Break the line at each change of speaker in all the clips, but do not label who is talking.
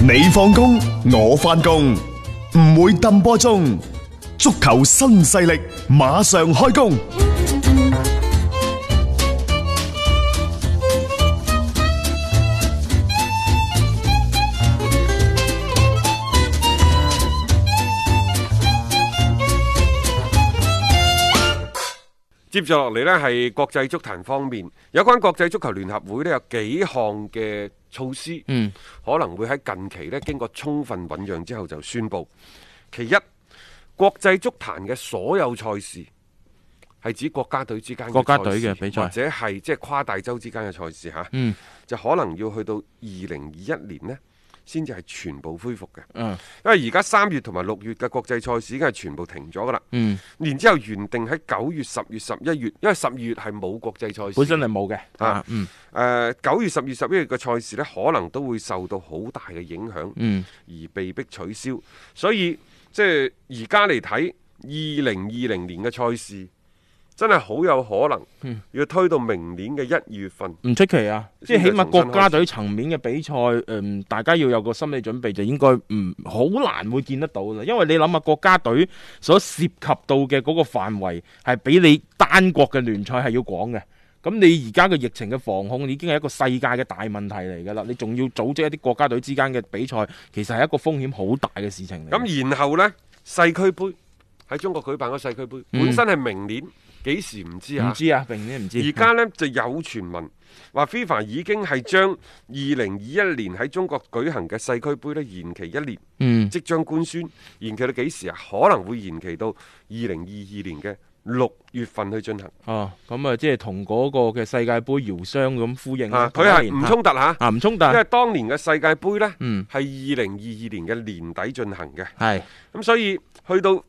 你放工，我翻工，唔會抌波鐘。足球新勢力馬上開工。
接住落嚟呢係國際足壇方面，有關國際足球聯合會呢，有幾項嘅措施，
嗯
可能會喺近期呢經過充分醖釀之後就宣布。其一，國際足壇嘅所有賽事係指國家隊之間
國家
賽事
隊嘅比賽
或者係即係跨大洲之間嘅賽事嚇，
嗯
就可能要去到二零二一年呢，先至係全部恢復嘅。
嗯
因為而家三月同埋六月嘅國際賽事已經係全部停咗㗎啦。
嗯，
然之後原定喺九月、十月、十一月，因為十二月係冇國際賽事，
本身係冇嘅
啊
啊，嗯
誒九月、十月、十一月嘅賽事呢，可能都會受到好大嘅影響，
嗯
而被迫取消。所以即係而家嚟睇，二零二零年嘅賽事真係好有可
嗯
能要推到明年嘅一二月份。
唔出奇啊，即係起
先至
碼
重新
國家隊層面嘅比賽，嗯，大家要有個心理準備，就應該唔好難會見得到啦，因為你諗下國家隊所涉及到嘅嗰個範圍係比你單國嘅聯賽係要廣嘅。咁你而家嘅疫情嘅防控已經係一個世界嘅大問題嚟㗎啦，你仲要組織一啲國家隊之間嘅比賽，其實係一個風險好大嘅事情嚟。
咁然後呢，世俱杯喺中國舉辦嗰世俱杯，
嗯
本身係明年，幾時唔知啊
唔？知啊，明年唔知。
而家呢，就有傳聞話 FIFA 已經係將二零二一年喺中國舉行嘅世俱杯呢延期一年，
嗯。
即將官宣延期到幾時啊？可能會延期到二零二二年嘅六月份去進行。
哦，咁啊，即係同嗰個嘅世界盃遙相咁呼應
啊，
啦。
佢
同
係
一年
唔衝突嚇，
啊，唔衝突
因，為當年嘅世界盃呢
嗯，
係二零二二年嘅年底進行嘅，
係
咁所以去到。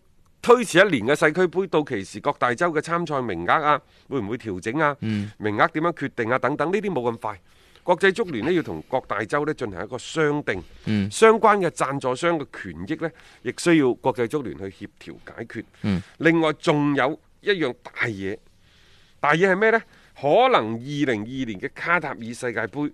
推遲一年嘅世俱杯，到期時各大洲嘅參賽名額啊，會唔會調整啊？
嗯
名額點樣決定啊？等等呢啲冇咁快。國際足聯呢要同各大洲呢進行一個商定，
嗯
相關嘅贊助商嘅權益呢，亦需要國際足聯去協調解決。
嗯
另外仲有一樣大嘢，大嘢係咩呢？可能二零二二年嘅卡塔爾世界盃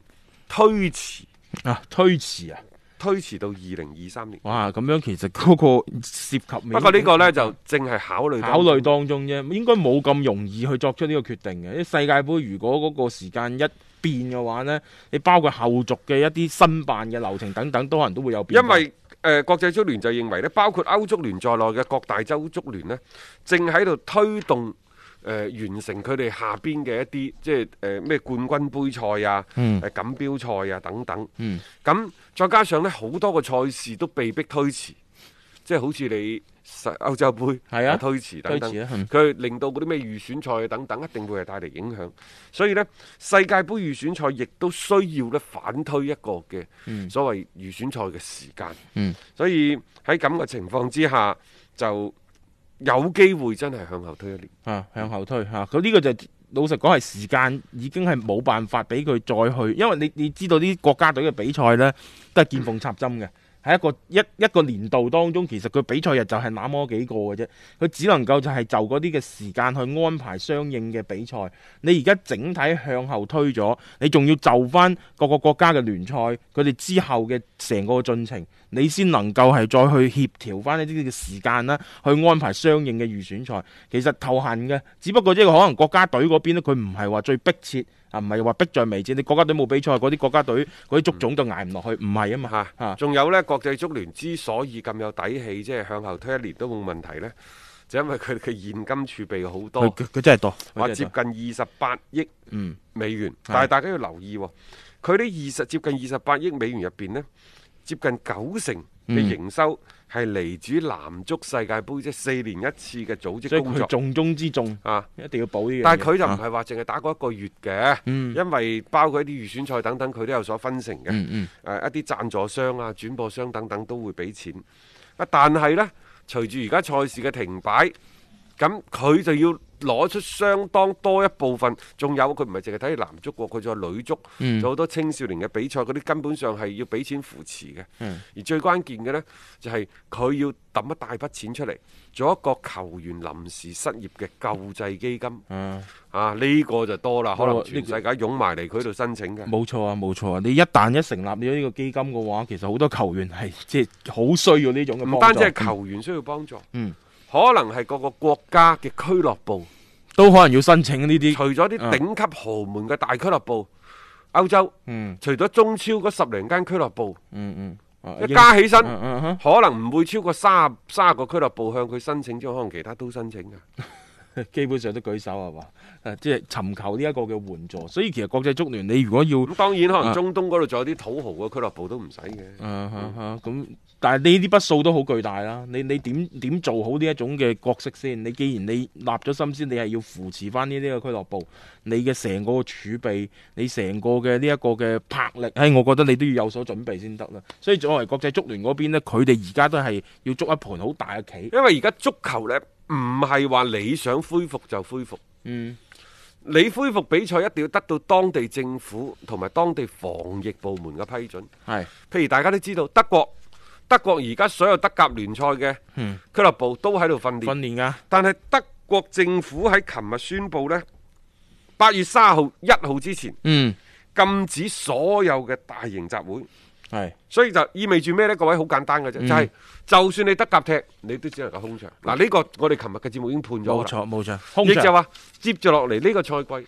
推遲，
啊，推遲啊，
推遲到二零二三年。
哇，咁樣其實嗰個涉及面
不過呢個呢，就正係考慮當
考
中
慮當中啫，應該冇咁容易去作出呢個決定嘅。因為世界盃如果嗰個時間一變嘅話呢，你包括後續嘅一啲申辦嘅流程等等，多人都會有變
因
化。
為誒、呃、國際足聯就認為咧，包括歐足聯在內嘅各大洲足聯呢，正喺度推動誒、呃完成佢哋下邊嘅一啲即係誒咩冠軍杯賽啊、誒、
嗯
錦標賽啊等等。
嗯
咁再加上呢，好多個賽事都被逼推遲，即係好似你世歐洲杯
係啊
推遲等等
推遲啊嗯。
佢令到嗰啲咩預選賽等等，一定會係帶嚟影響。所以呢，世界盃預選賽亦都需要咧反推一個嘅
嗯
所謂預選賽嘅時間。
嗯
所以喺咁嘅情況之下，就有機會真係向後推一年。
啊，向後推嚇。佢、呢個就老實講係時間已經係冇辦法俾佢再去，因為你你知道啲國家隊嘅比賽呢，都係見縫插針嘅。喺一個一一個年度當中，其實佢比賽日就係那麼幾個嘅啫，佢只能夠就係就嗰啲嘅時間去安排相應嘅比賽。你而家整體向後推咗，你仲要就翻各個國家嘅聯賽，佢哋之後嘅成個進程，你先能夠係再去協調翻呢啲嘅時間啦，去安排相應嘅預選賽。其實頭痕嘅，只不過即係可能國家隊嗰邊咧，佢唔係話最迫切啊，唔係話迫在眉睫。你國家隊冇比賽，嗰啲國家隊嗰啲足總就捱唔落去，唔係啊嘛
嚇
嚇。
仲有呢，國際足聯之所以咁有底氣，即係向後推一年都冇問題呢，就因為佢哋嘅現金儲備好
佢
多，
佢佢真係多，
話
佢
接
真係
近
多
二十八億
嗯
美元。
係
但係大家要留意喎，佢呢二十接近二十八億美元入邊呢，接近九成嘅
嗯
營收係嚟自於男足世界盃，即係四年一次嘅組
所
織
以
工
佢
作
重中之重，
啊。
一定要保呢樣嘢。
但係佢就唔
啊
係話淨係打過一個月嘅，
嗯
因為包括一啲預選賽等等，佢都有所分成嘅。誒、
嗯嗯
一啲贊助商啊、轉播商等等都會俾錢。啊，但係呢，隨住而家賽事嘅停擺，咁佢就要攞出相當多一部分，仲有佢唔係淨係睇男足喎，佢仲有女足，
嗯
仲有好多青少年嘅比賽，嗰啲根本上係要俾錢扶持嘅。
嗯
而最關鍵嘅呢，就係、佢要抌一大筆錢出嚟，做一個球員臨時失業嘅救濟基金。
啊
啊，呢、個就多啦，可能
哦
全
呢
世界湧埋嚟佢度申請嘅。
冇錯啊，冇錯啊！你一旦一成立咗呢個基金嘅話，其實好多球員係即係好需要呢種嘅幫助
唔單止係球員需要幫助，
嗯
可能係各個國家嘅俱樂部，
都可能要申請呢啲，
除咗啲頂級豪門嘅大俱樂部，歐洲，
嗯
除咗中超嗰十零間俱樂部，
嗯嗯啊，
一加起身，
嗯嗯嗯
可能唔會超過三三個俱樂部向佢申請，之後可能其他都申請嘅。啊
嗯基本上都舉手係嘛，誒即係尋求呢一個嘅援助，所以其實國際足聯你如果要
咁當然可
啊
能中東嗰度仲有啲土豪嘅俱樂部都唔使嘅。
啊哈哈咁，但係呢啲筆數都好巨大啦。你你點點做好呢一種嘅角色先？你既然你立咗心先，你係要扶持翻呢啲嘅俱樂部，你嘅成個儲備，你成個嘅呢一個嘅魄力，唉，我覺得你都要有所準備先得啦。所以作為國際足聯嗰邊呢，佢哋而家都係要捉一盤好大嘅棋。
因為而家足球呢，唔係話你想恢復就恢復。
嗯，
你恢復比賽一定要得到當地政府同埋當地防疫部門嘅批准。
係
譬如大家都知道德國，德國而家所有德甲聯賽嘅
嗯
俱樂部都喺度訓練，
訓練㗎，
但係德國政府喺琴日宣布呢，八月三號一號之前
嗯，
禁止所有嘅大型集會，
係
所以就意味住咩呢？各位好簡單嘅啫，
嗯
就係就算你德甲踢，你都只能夠空場。嗱，呢個我哋琴日嘅節目已經判咗
冇
㗎啦。
錯冇錯，空
亦
場
就話接住落嚟呢個賽季，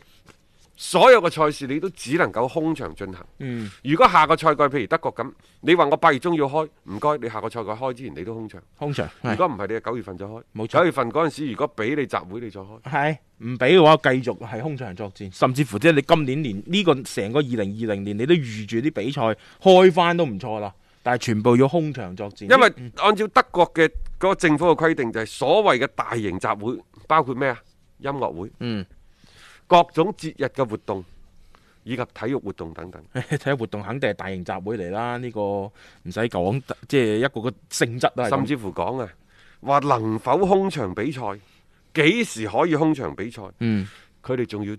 所有嘅賽事你都只能夠空場進行。
嗯
如果下個賽季譬如德國咁，你話我八月中要開，唔該你下個賽季開之前你都空場。
空場
如
係
果唔係，你係九月份再開。
冇錯
九月份嗰陣時，如果俾你集會，你再開。
係唔俾嘅話，繼續係空場作戰，甚至乎即係你今年年呢、個成個二零二零年，你都預住啲比賽開翻都唔錯啦，但係全部要空場作戰，
因為按照德國嘅嗰個政府嘅規定，就係所謂嘅大型集會，包括咩啊？音樂會、
嗯
各種節日嘅活動，以及體育活動等等。
體育活動肯定係大型集會嚟啦，呢、個唔使講，即係一個個性質都係咁
甚至乎講啊，話能否空場比賽，幾時可以空場比賽？
嗯
佢哋仲要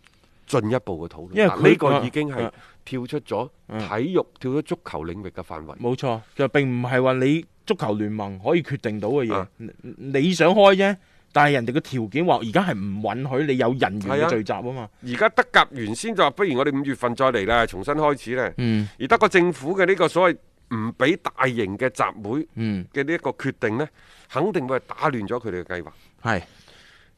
進一步嘅討論。
因為
嗱
佢
呢個已經係
啊嗯
跳出咗體育、跳出足球領域嘅範圍。
冇錯，就並唔係話你足球聯盟可以決定到嘅嘢，
啊
你你想開啫。但係人哋嘅條件話，而家係唔允許你有人員
係
嘅
啊
聚集啊嘛。
而家德甲原先就話，不如我哋五月份再嚟啦，重新開始咧。
嗯
而德國政府嘅呢個所謂唔俾大型嘅集會
嗯，
嘅呢一個決定呢，肯定會係打亂咗佢哋嘅計劃。
係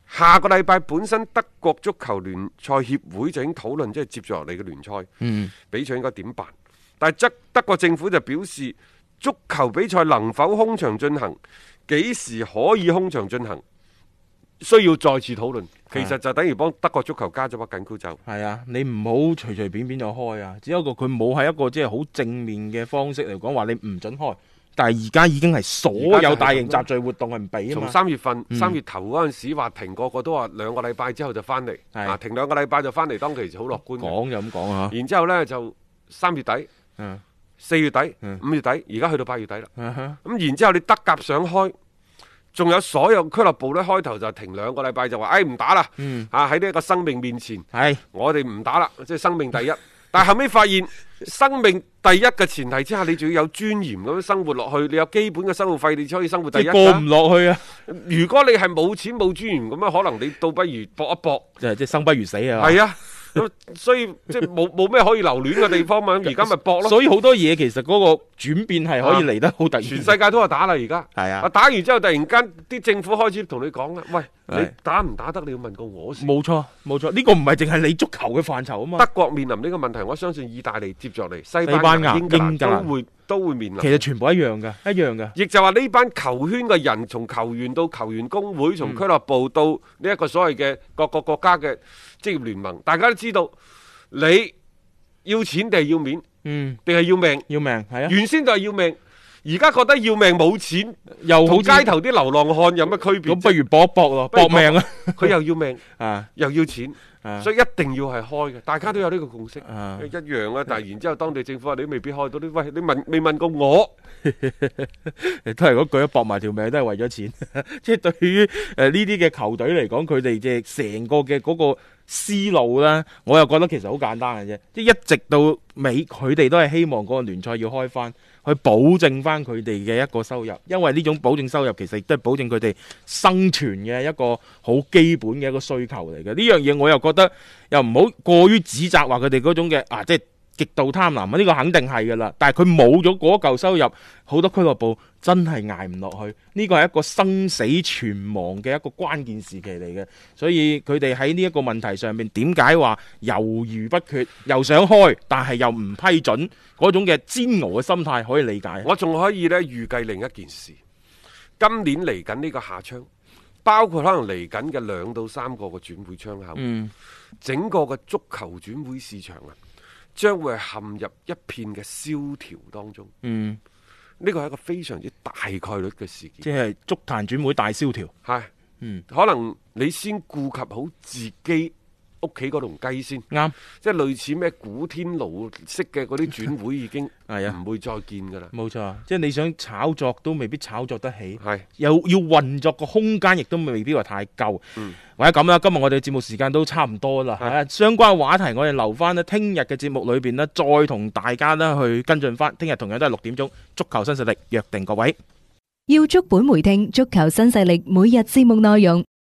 下個禮拜本身德國足球聯賽協會就已經討論，即係接住落嚟嘅聯賽。
嗯
比賽應該點辦？但係德德國政府就表示，足球比賽能否空場進行，幾時可以空場進行，需要再次討論。其實就等於幫德國足球加咗把緊箍咒。
係啊，你唔好隨隨便便就開啊！只不過佢冇喺一個即係好正面嘅方式嚟講話你唔准開，但係而家已經係所有大型集聚活動係唔俾啊
從
嘛。
三月份、三月頭嗰陣時話停，個個都話兩個禮拜之後就翻嚟，
係
啊停兩個禮拜就翻嚟，當其時好樂觀嘅。
講就咁講啊，
然之後呢，就三月底、
嗯
四月底、
嗯
五月底，而家去到八月底啦。
啊哈
咁然之後你德甲想開，仲有所有俱樂部呢，開頭就停兩個禮拜就話，誒唔打啦，
嗯
啊喺呢一個生命面前，
係
我哋唔打啦，即係生命第一。 但係後尾發現，生命第一嘅前提之下，你仲要有尊嚴咁樣生活落去，你有基本嘅生活費，你先可以生活
即
第一
係過
㗎
唔。落去啊，
如果你係冇錢冇尊嚴咁樣，可能你倒不如搏一搏。
就係即係生不如死啊。
係啊，咁所以即係冇冇咩可以留戀嘅地 方嘛。咁而家咪搏咯。
所以好多嘢其實嗰個轉變係可以嚟得好突然。
全世界都話打啦，而家
係啊
打完之後突然間啲政府開始同你講啦，喂，你
係
打唔打得你要問過我先。
冇錯冇錯，呢個唔係淨係你足球嘅範疇啊嘛。
德國面臨呢個問題，我相信意大利接落嚟，西
西班牙
英格蘭
英格蘭
都會都會面臨。
其實全部一樣㗎，一樣㗎。
亦就話呢班球圈嘅人，從球員到球員工會，
嗯
從俱樂部到呢一個所謂嘅各個國家嘅職業聯盟，大家都知道你要錢定係要面，
嗯，
定係要命。
要命係啊。
原先就係要命，而家覺得要命冇錢，
又好
同
似
街頭啲流浪漢有乜區別
咁，不
啫？
如搏一搏咯，
不如
搏命啊！
佢又要 命，
啊
又要錢，
啊
所以一定要係開嘅，大家都有呢個共識。
啊
一！樣啊，但係然之後當地政府話你未必開到啲，喂你問未問過我？
都係嗰句，啊搏埋條命都係為咗錢。 即係對於诶呢啲嘅球隊嚟講，佢哋嘅成個嘅嗰個思路咧，我又覺得其實好簡單嘅啫。即係一直到尾，佢哋都係希望嗰個聯賽要開翻，去保證翻佢哋嘅一個收入。因為呢種保證收入其實亦都係保證佢哋生存嘅一個好基本嘅一個需求嚟嘅。呢樣嘢我又覺得又唔好過於指責話佢哋嗰種嘅啊，即係極度貪婪啊！呢、個肯定係㗎啦，但係佢冇咗嗰嚿收入。好多俱樂部真係捱唔落去，呢個係一個生死存亡嘅一個關鍵時期嚟嘅，所以佢哋喺呢一個問題上面，點解話猶豫不決，又想開，但係又唔批准嗰種嘅煎熬嘅心態可以理解。
我仲可以呢預計另一件事，今年嚟緊呢個夏窗，包括可能嚟緊嘅兩到三個嘅轉會窗口，
嗯
整個嘅足球轉會市場啊，將會係陷入一片嘅蕭條當中。
嗯，
呢個係一個非常之大概率嘅事件。
即係足壇轉會大蕭條。
係，
嗯
可能你先顧及好自己屋企嗰籠雞先，
啱，
即係類似咩古天奴式嘅嗰啲轉會已經
係啊
唔會再見㗎啦。
冇錯，即係你想炒作都未必炒作得起。
係。
又要運作個空間，亦都未必話太夠，或者咁啦。今日我哋節目時間都差唔多啦，
係
啊相關嘅話題我哋留翻咧，聽日嘅節目裏邊呢，再同大家呢去跟進翻。聽日同樣都係六點鐘，足球新勢力約定各位。
要足本回聽足球新勢力每日節目內容，